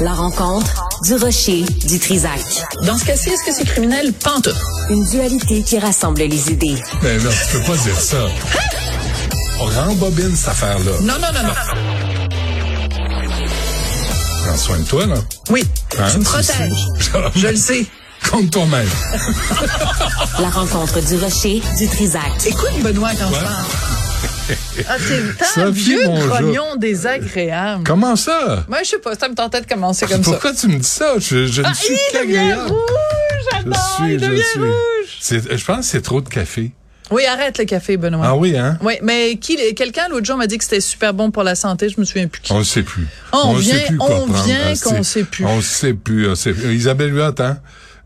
La rencontre du rocher du Trisac. Dans ce cas-ci, est-ce que c'est criminel? Pente. Une dualité qui rassemble les idées. Mais Ben non, tu peux pas dire ça. On rembobine cette affaire-là. Hein? Non, non, non, non. Prends soin de toi, là. Oui, Hein, tu me tu protèges. sais. Je le sais. Compte toi-même. La rencontre du rocher du Trisac. Écoute, Benoît, quand je parle. Ah, t'es t'es un Sophie, vieux bonjour. grognon désagréable. Comment ça? Moi, je sais pas, ça me tentait de commencer comme ça. Ah, Pourquoi tu me dis ça? Je, je ne Ah, suis il devient qu'agréable. rouge, Je j'adore, suis, il je devient suis. rouge. C'est- Je pense que c'est trop de café. Oui, arrête le café, Benoît. Ah oui, hein? Oui, mais qui, quelqu'un l'autre jour m'a dit que c'était super bon pour la santé, je me souviens plus qui. On ne sait plus. On ne vient- sait plus quoi on prendre. vient Ah, c'est- qu'on sait plus. On ne sait plus. on sait plus. Isabelle Huot, hein?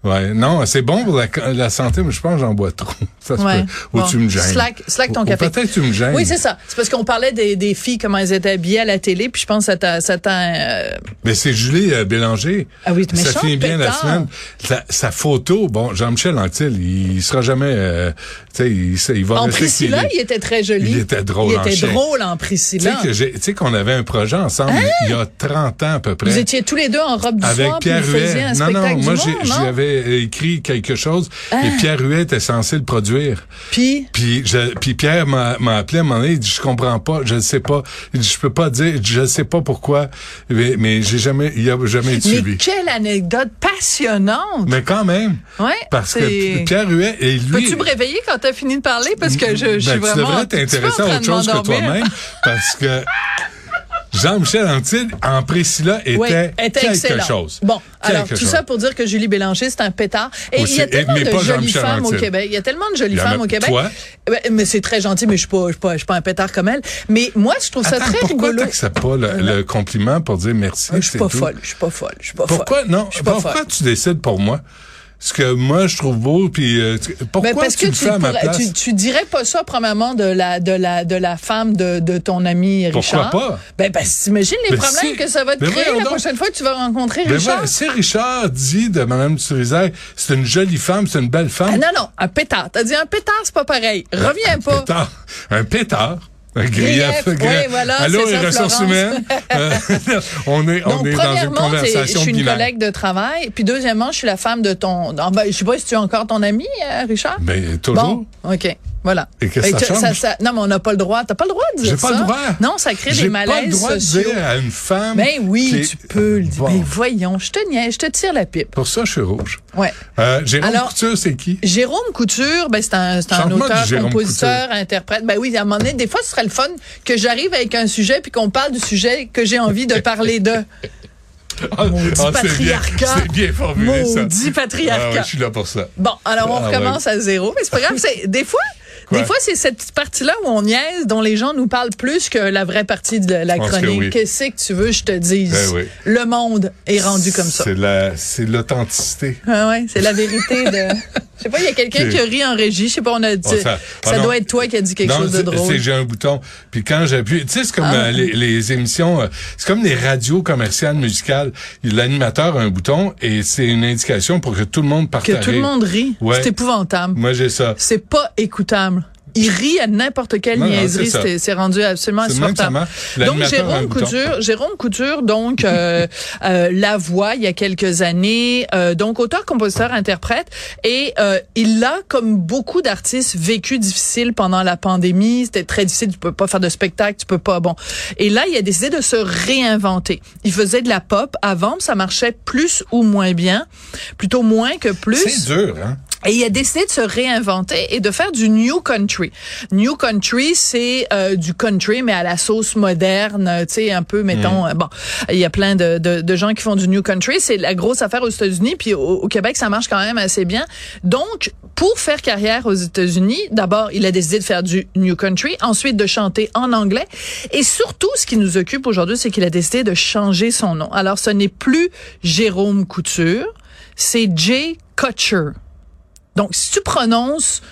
Ouais. Non, c'est bon pour la, la santé, mais je pense que j'en bois trop. Ça se Ouais. peut. Ou Bon. tu me gênes. Slack- slack ton Ou- ou café. Peut-être que tu me gênes. Oui, c'est ça. C'est parce qu'on parlait des, des filles, comment elles étaient habillées à la télé, puis je pense que ça t'a... ça t'a, euh, Mais c'est Julie euh, Bélanger. Ah oui, méchante, Ça finit bien la pétard. semaine. Sa, sa photo, bon, Jean-Michel Antil, il, sera jamais... euh, tu sais, il, il va En rester qu'il Priscilla, est. il était très joli. Il était drôle Il en était chien. drôle en Tu sais Priscilla. que j'ai- tu sais qu'on avait un projet ensemble il y a 30 ans à peu près. Hein? Vous étiez tous les deux en robe du avec soir, puis Pierre vous faisiez un Huet. Non, non, spectacle moi du j'ai- monde, j'y non? Hein? avais écrit quelque chose et Pierre Huet était censé le produire. Puis, Puis, je- puis Pierre m'a m'a appelé à un moment donné, il dit, je comprends pas, je ne sais pas, Il dit, je peux pas dire, je sais pas pourquoi, mais, mais j'ai jamais, il a jamais été mais suivi. quelle anecdote passionnante! Mais quand même, Ouais, parce que c'est- P- Pierre Huet et lui... Peux-tu me réveiller quand t'as fini de parler? Parce que je, je suis Ben, vraiment... Tu devrais un petit peu en t'intéresser train à de autre chose que m'endormir. toi-même, parce que Jean-Michel Antille, en Priscilla, était, Oui, était quelque excellent. chose. Bon, alors Quelque tout chose. ça pour dire que Julie Bélanger, c'est un pétard. Et Aussi, il y a tellement mais pas de jolies Jean-Michel femmes au Antille. Québec. Il y a tellement de Il jolies y en femmes a- au Québec. toi? Ben, Mais c'est très gentil, mais je suis pas, je suis pas, je suis pas un pétard comme elle. Mais moi, je trouve ça Attends, très pourquoi rigolo. t'acceptes pas le, le compliment pour dire merci? Je suis c'est pas tout? folle, je suis pas folle, je suis pas Pourquoi folle. non Je suis pas Pourquoi folle. tu décides pour moi ce que moi je trouve beau puis euh, tu- pourquoi Ben, parce que tu le tu, fais à ma pourrais- place tu, tu dirais pas ça premièrement de la de la de la femme de, de ton ami Pourquoi Richard. pas? Ben parce que t'imagines les Ben, problèmes si. que ça va te Ben, créer voyons la donc. prochaine fois que tu vas rencontrer Ben Richard. voilà, si Richard dit de Madame Dutrisac, c'est une jolie femme, c'est une belle femme. Ah, non non, un pétard. T'as dit un pétard, c'est pas pareil. Reviens Ben, Un pas. pétard. Un pétard. Un grief. Grief, grief. oui, voilà, Allô, c'est les ça, ressources Florence. humaines. Euh, on est, on Donc, est dans une premièrement, t'es- je conversation suis une binaire. collègue de travail. Puis, deuxièmement, je suis la femme de ton. Ah, ben, je sais pas si tu es encore ton ami, euh, Richard. Ben, toujours. Bon, OK. Voilà. Et qu'est-ce Fait que ça tu- ça, change? non, mais on n'a pas le droit. T'as pas le droit de dire J'ai pas ça. le droit. Non, ça crée des J'ai pas le malaises droit de sociaux. dire à une femme. Ben qui oui, est- tu peux le dire. Bon, Ben voyons, je te niaise, je te tire la pipe. Pour ça, je suis rouge. Ouais. Euh, Jérôme Alors- Couture, c'est qui? Jérôme Couture, ben c'est un, c'est un Chante-moi auteur, du Jérôme compositeur, interprète. Ben oui, à un moment donné, des fois, ce serait le fun que j'arrive avec un sujet puis qu'on parle du sujet que j'ai envie de parler de. Ah, Maudit ah, c'est bien- patriarcat. C'est bien formulé, ça. Maudit patriarcat. Ah ouais, je suis là pour ça. Bon, alors on Ah recommence à zéro, mais c'est pas grave. c'est- Des fois, Quoi? des fois c'est cette petite partie-là où on niaise, dont les gens nous parlent plus que la vraie partie de la pense que chronique. oui. Qu'est-ce que tu veux que je te dise Ben oui. Le monde est rendu comme ça. C'est la, c'est l'authenticité. Ah ouais, c'est la vérité de. Je sais pas, il y a quelqu'un Ok. qui a ri en régie. Je sais pas, on a dit. On s'en- ça pardon. doit être toi qui as dit quelque Non, chose de c'est- drôle. c'est j'ai un bouton. Puis quand j'appuie, tu sais, c'est comme Ah. euh, les, les émissions, euh, c'est comme les radios commerciales musicales. L'animateur a un bouton et c'est une indication pour que tout le monde parte Que à tout le rire. monde rit. Ouais. C'est épouvantable. Moi, j'ai ça. C'est pas écoutable. Il rit à n'importe quelle Non, non, niaiserie. c'est ça. C'est c'est rendu absolument C'est le même que ça insupportable. marche. Donc, L'animateur a un Jérôme bouton. Couture, Jérôme Couture, donc, euh, euh, La Voix, il y a quelques années, euh, donc auteur, compositeur, interprète, et euh, il a, comme beaucoup d'artistes, vécu difficile pendant la pandémie. C'était très difficile, tu peux pas faire de spectacle, tu peux pas, bon. Et là, il a décidé de se réinventer. Il faisait de la pop avant, mais ça marchait plus ou moins bien, plutôt moins que plus. C'est dur, hein? Et il a décidé de se réinventer et de faire du new country. New country, c'est euh, du country mais à la sauce moderne, euh, tu sais un peu mettons euh, bon, il y a plein de, de, de gens qui font du new country, c'est la grosse affaire aux États-Unis puis au, au Québec ça marche quand même assez bien. Donc pour faire carrière aux États-Unis, d'abord, il a décidé de faire du new country, ensuite de chanter en anglais et surtout ce qui nous occupe aujourd'hui, c'est qu'il a décidé de changer son nom. Alors ce n'est plus Jérôme Couture, c'est Jay Kutcher. Donc, si tu prononces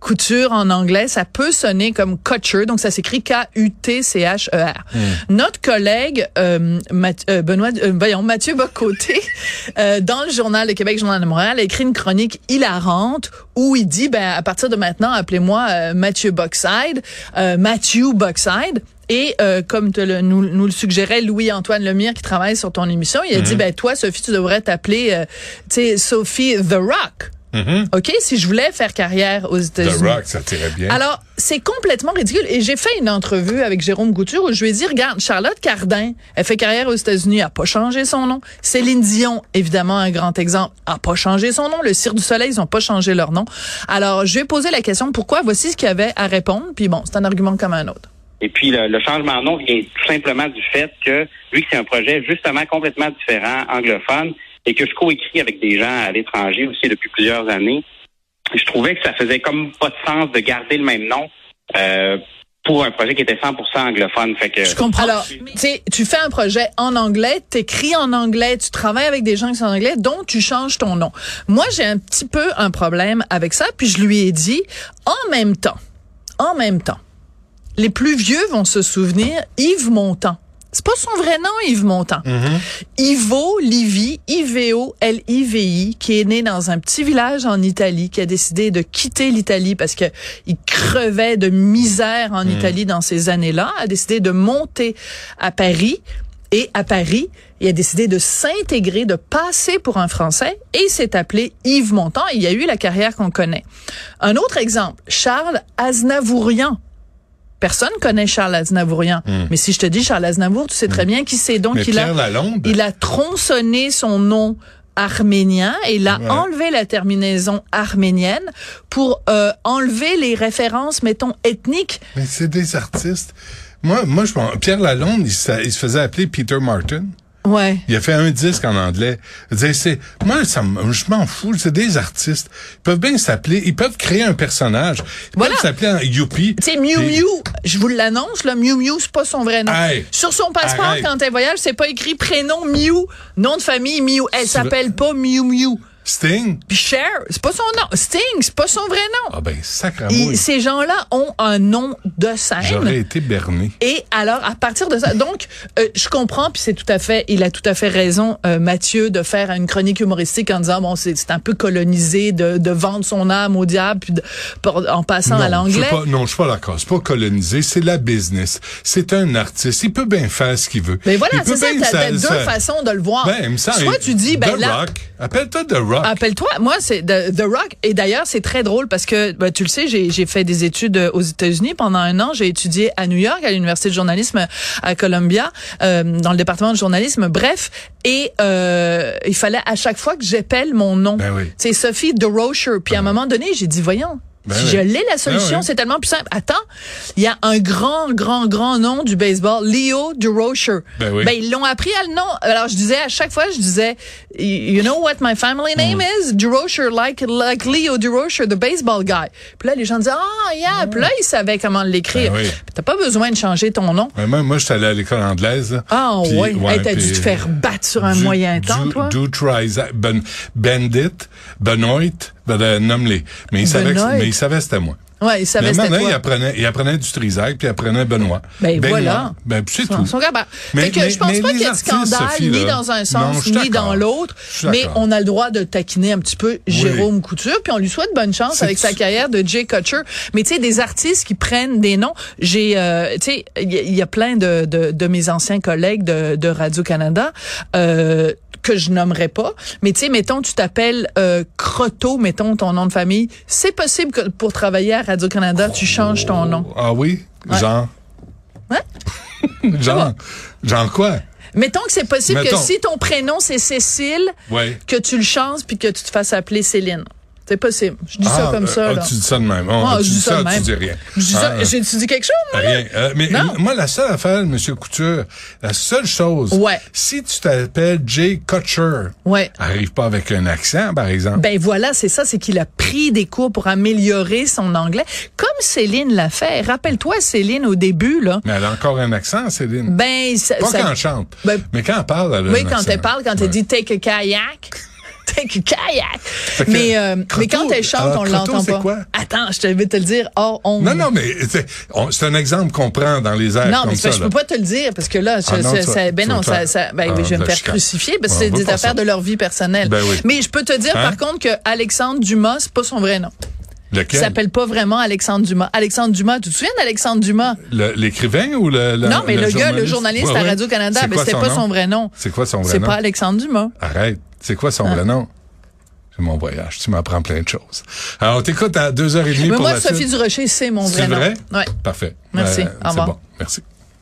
couture en anglais, ça peut sonner comme Kutcher, donc ça s'écrit K-U-T-C-H-E-R. E Notre collègue euh, Math- euh, Benoît, euh, voyons, Mathieu Bocoté, euh, dans le journal de Québec, journal de Montréal, a écrit une chronique hilarante où il dit, ben à partir de maintenant, appelez-moi euh, Mathieu Bockside, euh, Mathieu Bockside. Et euh, comme te le, nous, nous le suggérait Louis-Antoine Lemire qui travaille sur ton émission, il a dit, ben toi, Sophie, tu devrais t'appeler, euh, tu sais, Sophie The Rock. OK? Si je voulais faire carrière aux The États-Unis. Rock, ça tirait bien. Alors, c'est complètement ridicule. Et j'ai fait une entrevue avec Jérôme Couture où je lui ai dit, regarde, Charlotte Cardin, elle fait carrière aux États-Unis, elle a pas changé son nom. Céline Dion, évidemment, un grand exemple, a pas changé son nom. Le Cirque du Soleil, ils ont pas changé leur nom. Alors, je lui ai posé la question, pourquoi? Voici ce qu'il y avait à répondre. Puis bon, c'est un argument comme un autre. Et puis le, le changement de nom vient tout simplement du fait que, vu que c'est un projet justement complètement différent, anglophone, et que je coécris avec des gens à l'étranger aussi depuis plusieurs années, je trouvais que ça faisait comme pas de sens de garder le même nom euh, pour un projet qui était 100% anglophone. Fait que Je comprends. Alors, tu sais, tu fais un projet en anglais, t'écris en anglais, tu travailles avec des gens qui sont en anglais, donc tu changes ton nom. Moi, j'ai un petit peu un problème avec ça, puis je lui ai dit, en même temps, en même temps, les plus vieux vont se souvenir Yves Montand. C'est pas son vrai nom, Yves Montand. Ivo Livi, I-V-O-L-I-V-I, qui est né dans un petit village en Italie, qui a décidé de quitter l'Italie parce que il crevait de misère en Italie dans ces années-là, a décidé de monter à Paris. Et à Paris, il a décidé de s'intégrer, de passer pour un Français, et il s'est appelé Yves Montand. Et il a eu la carrière qu'on connaît. Un autre exemple, Charles Aznavourian. Personne connaît Charles Aznavourian. Mais si je te dis Charles Aznavour, tu sais très bien qui c'est. Donc, Hmm. Mais il a, Pierre Lalonde? il a tronçonné son nom arménien et il a enlevé la terminaison arménienne pour euh, enlever les références, mettons, ethniques. Mais c'est des artistes. Moi, moi, je pense, Pierre Lalonde, il, s'a- il se faisait appeler Peter Martin. Ouais. Il a fait un disque en anglais. Je veux dire, c'est, moi, ça, me- je m'en fous. C'est des artistes. Ils peuvent bien s'appeler, ils peuvent créer un personnage. Ils Voilà. peuvent s'appeler en Youpi. Tu sais, Miu Et- Miu, je vous l'annonce, là, Miu Miu, c'est pas son vrai nom. Hey, Sur son passeport, arrête. quand elle voyage, c'est pas écrit prénom Miu, nom de famille Miu. Elle C'est vrai. s'appelle pas Miu Miu. Sting. Puis Cher, c'est pas son nom. Sting, c'est pas son vrai nom. Ah ben, sacrément. Et Ces gens-là ont un nom de scène. J'aurais été berné. Et alors, à partir de ça, donc, euh, je comprends, puis c'est tout à fait, il a tout à fait raison, euh, Mathieu, de faire une chronique humoristique en disant, bon, c'est c'est un peu colonisé de, de vendre son âme au diable, puis de- por- en passant à Non, je suis l'anglais. pas- non, je suis pas d'accord. C'est pas colonisé, c'est la business. C'est un artiste. Il peut bien faire ce qu'il veut. Mais voilà, Il peut c'est ça, bien t'as t'as sa- deux sa- façons de le voir. Ben, il me semble- Soit tu dis, ben The là, Ah. Rock. Appelle-toi The Rock. Appelle-toi, moi c'est The, The Rock et d'ailleurs c'est très drôle parce que ben, tu le sais j'ai j'ai fait des études euh, aux États-Unis pendant un an j'ai étudié à New York à l'université de journalisme à Columbia euh, dans le département de journalisme bref et euh, il fallait à chaque fois que j'appelle mon nom Ben oui. c'est Sophie DeRocher puis à un moment donné j'ai dit voyons Ben si oui. je l'ai la solution, Ben oui. c'est tellement plus simple. Attends, il y a un grand, grand, grand nom du baseball, Leo DeRocher. Ben oui. ils l'ont appris à le nom. Alors, je disais, à chaque fois, je disais, you know what my family name Hmm. is? DeRocher, like, like Leo DeRocher, the baseball guy. Puis là, les gens disaient, ah, yeah. Puis là, ils savaient comment l'écrire. Hmm. Ben oui. Puis T'as pas besoin de changer ton nom. Ouais, Ben, moi, moi j'étais allé à l'école anglaise. là. Ah, Puis, ouais. Hey, t'as dû puis- te faire battre sur un Du- moyen du- temps, toi. Do try that. Ben, Bandit, Benoit, ben, euh, nomme-les. Mais il savait, que- Benoit. mais il savait que c'était moi. Ouais, ils savaient Mais c'était maintenant, il toi. apprenait, il apprenait du Trisac, puis il apprenait Benoît. Ben, voilà. Ben, puis c'est Ils sont- tout. sont capables. Mais- bah, Fait que mais- je pense mais pas les qu'il y ait de artistes, scandale Sophie, ni là, dans un non, sens je suis ni dans d'accord. l'autre, Je suis mais d'accord. on a le droit de taquiner un petit peu Jérôme Couture, puis on lui souhaite bonne chance C'est avec sa tu- carrière de Jay Kutcher. Mais tu sais, des artistes qui prennent des noms, j'ai, euh, tu sais, il y, a- il y a plein de, de, de mes anciens collègues de, de Radio Canada. Euh, que je nommerai pas, mais tu sais, mettons, tu t'appelles euh, Croteau, mettons ton nom de famille. C'est possible que pour travailler à Radio Canada, tu changes ton nom. Ah oui? Genre. Ouais. genre. Genre quoi? Mettons que c'est possible Mettons. que si ton prénom c'est Cécile, Ouais. que tu le changes puis que tu te fasses appeler Céline. C'est possible. Je dis ça Ah, comme euh, ça. ah, là. tu dis ça de même. Ah, Ah, tu je dis dis ça ça, de tu même. dis rien. Je dis ça, Ah, j'ai tu dis quelque chose, moi, là? Rien. Euh, mais Non. euh, moi, la seule affaire, M. Couture, la seule chose, Ouais. si tu t'appelles Jay Kutcher, Ouais. arrive pas avec un accent, par exemple. Ben voilà, c'est ça, c'est qu'il a pris des cours pour améliorer son anglais, comme Céline l'a fait. Rappelle-toi Céline au début là. mais elle a encore un accent, Céline. Ben ça, pas ça- quand elle chante, Ben, mais quand elle parle, elle a oui, un quand accent. elle parle, quand elle Ouais. dit take a kayak. Take a kayak. que Mais, euh, mais Croteau- quand elle chante, alors, on Croteau, l'entend c'est pas. quoi? Attends, je te- vais te le dire. Oh, on. Non, non, mais c'est on- c'est un exemple qu'on prend dans les airs Non, Ah, comme mais c'est ça. parce que je peux là. pas te le dire parce que là, Ah ça- non, ça- tu vas- ça- ben tu non, vas ça, te ça- faire- ben, Ah, oui, je vais me ben, faire je- crucifier parce que Ouais, c'est on veut des pas affaires ça. de leur vie personnelle. Ben oui. Mais je peux te dire Hein? par contre que Alexandre Dumas, c'est pas son vrai nom. qui s'appelle pas vraiment Alexandre Dumas. Alexandre Dumas, tu te souviens d'Alexandre Dumas? Le- L'écrivain ou le. la- non, mais le gars, le journaliste Ouais, à ouais. Radio-Canada, C'est ben, quoi c'était pas nom? son vrai nom. C'est quoi son vrai C'est nom? pas Alexandre Dumas. Arrête. C'est quoi son Ah. vrai nom? C'est mon voyage. Tu m'apprends plein de choses. Alors, on t'écoute à 2h30 Mais pour moi, la Sophie suite. Durocher, c'est mon C'est vrai nom. vrai? Ouais. Parfait. Euh, Merci. Au c'est revoir. bon. Merci.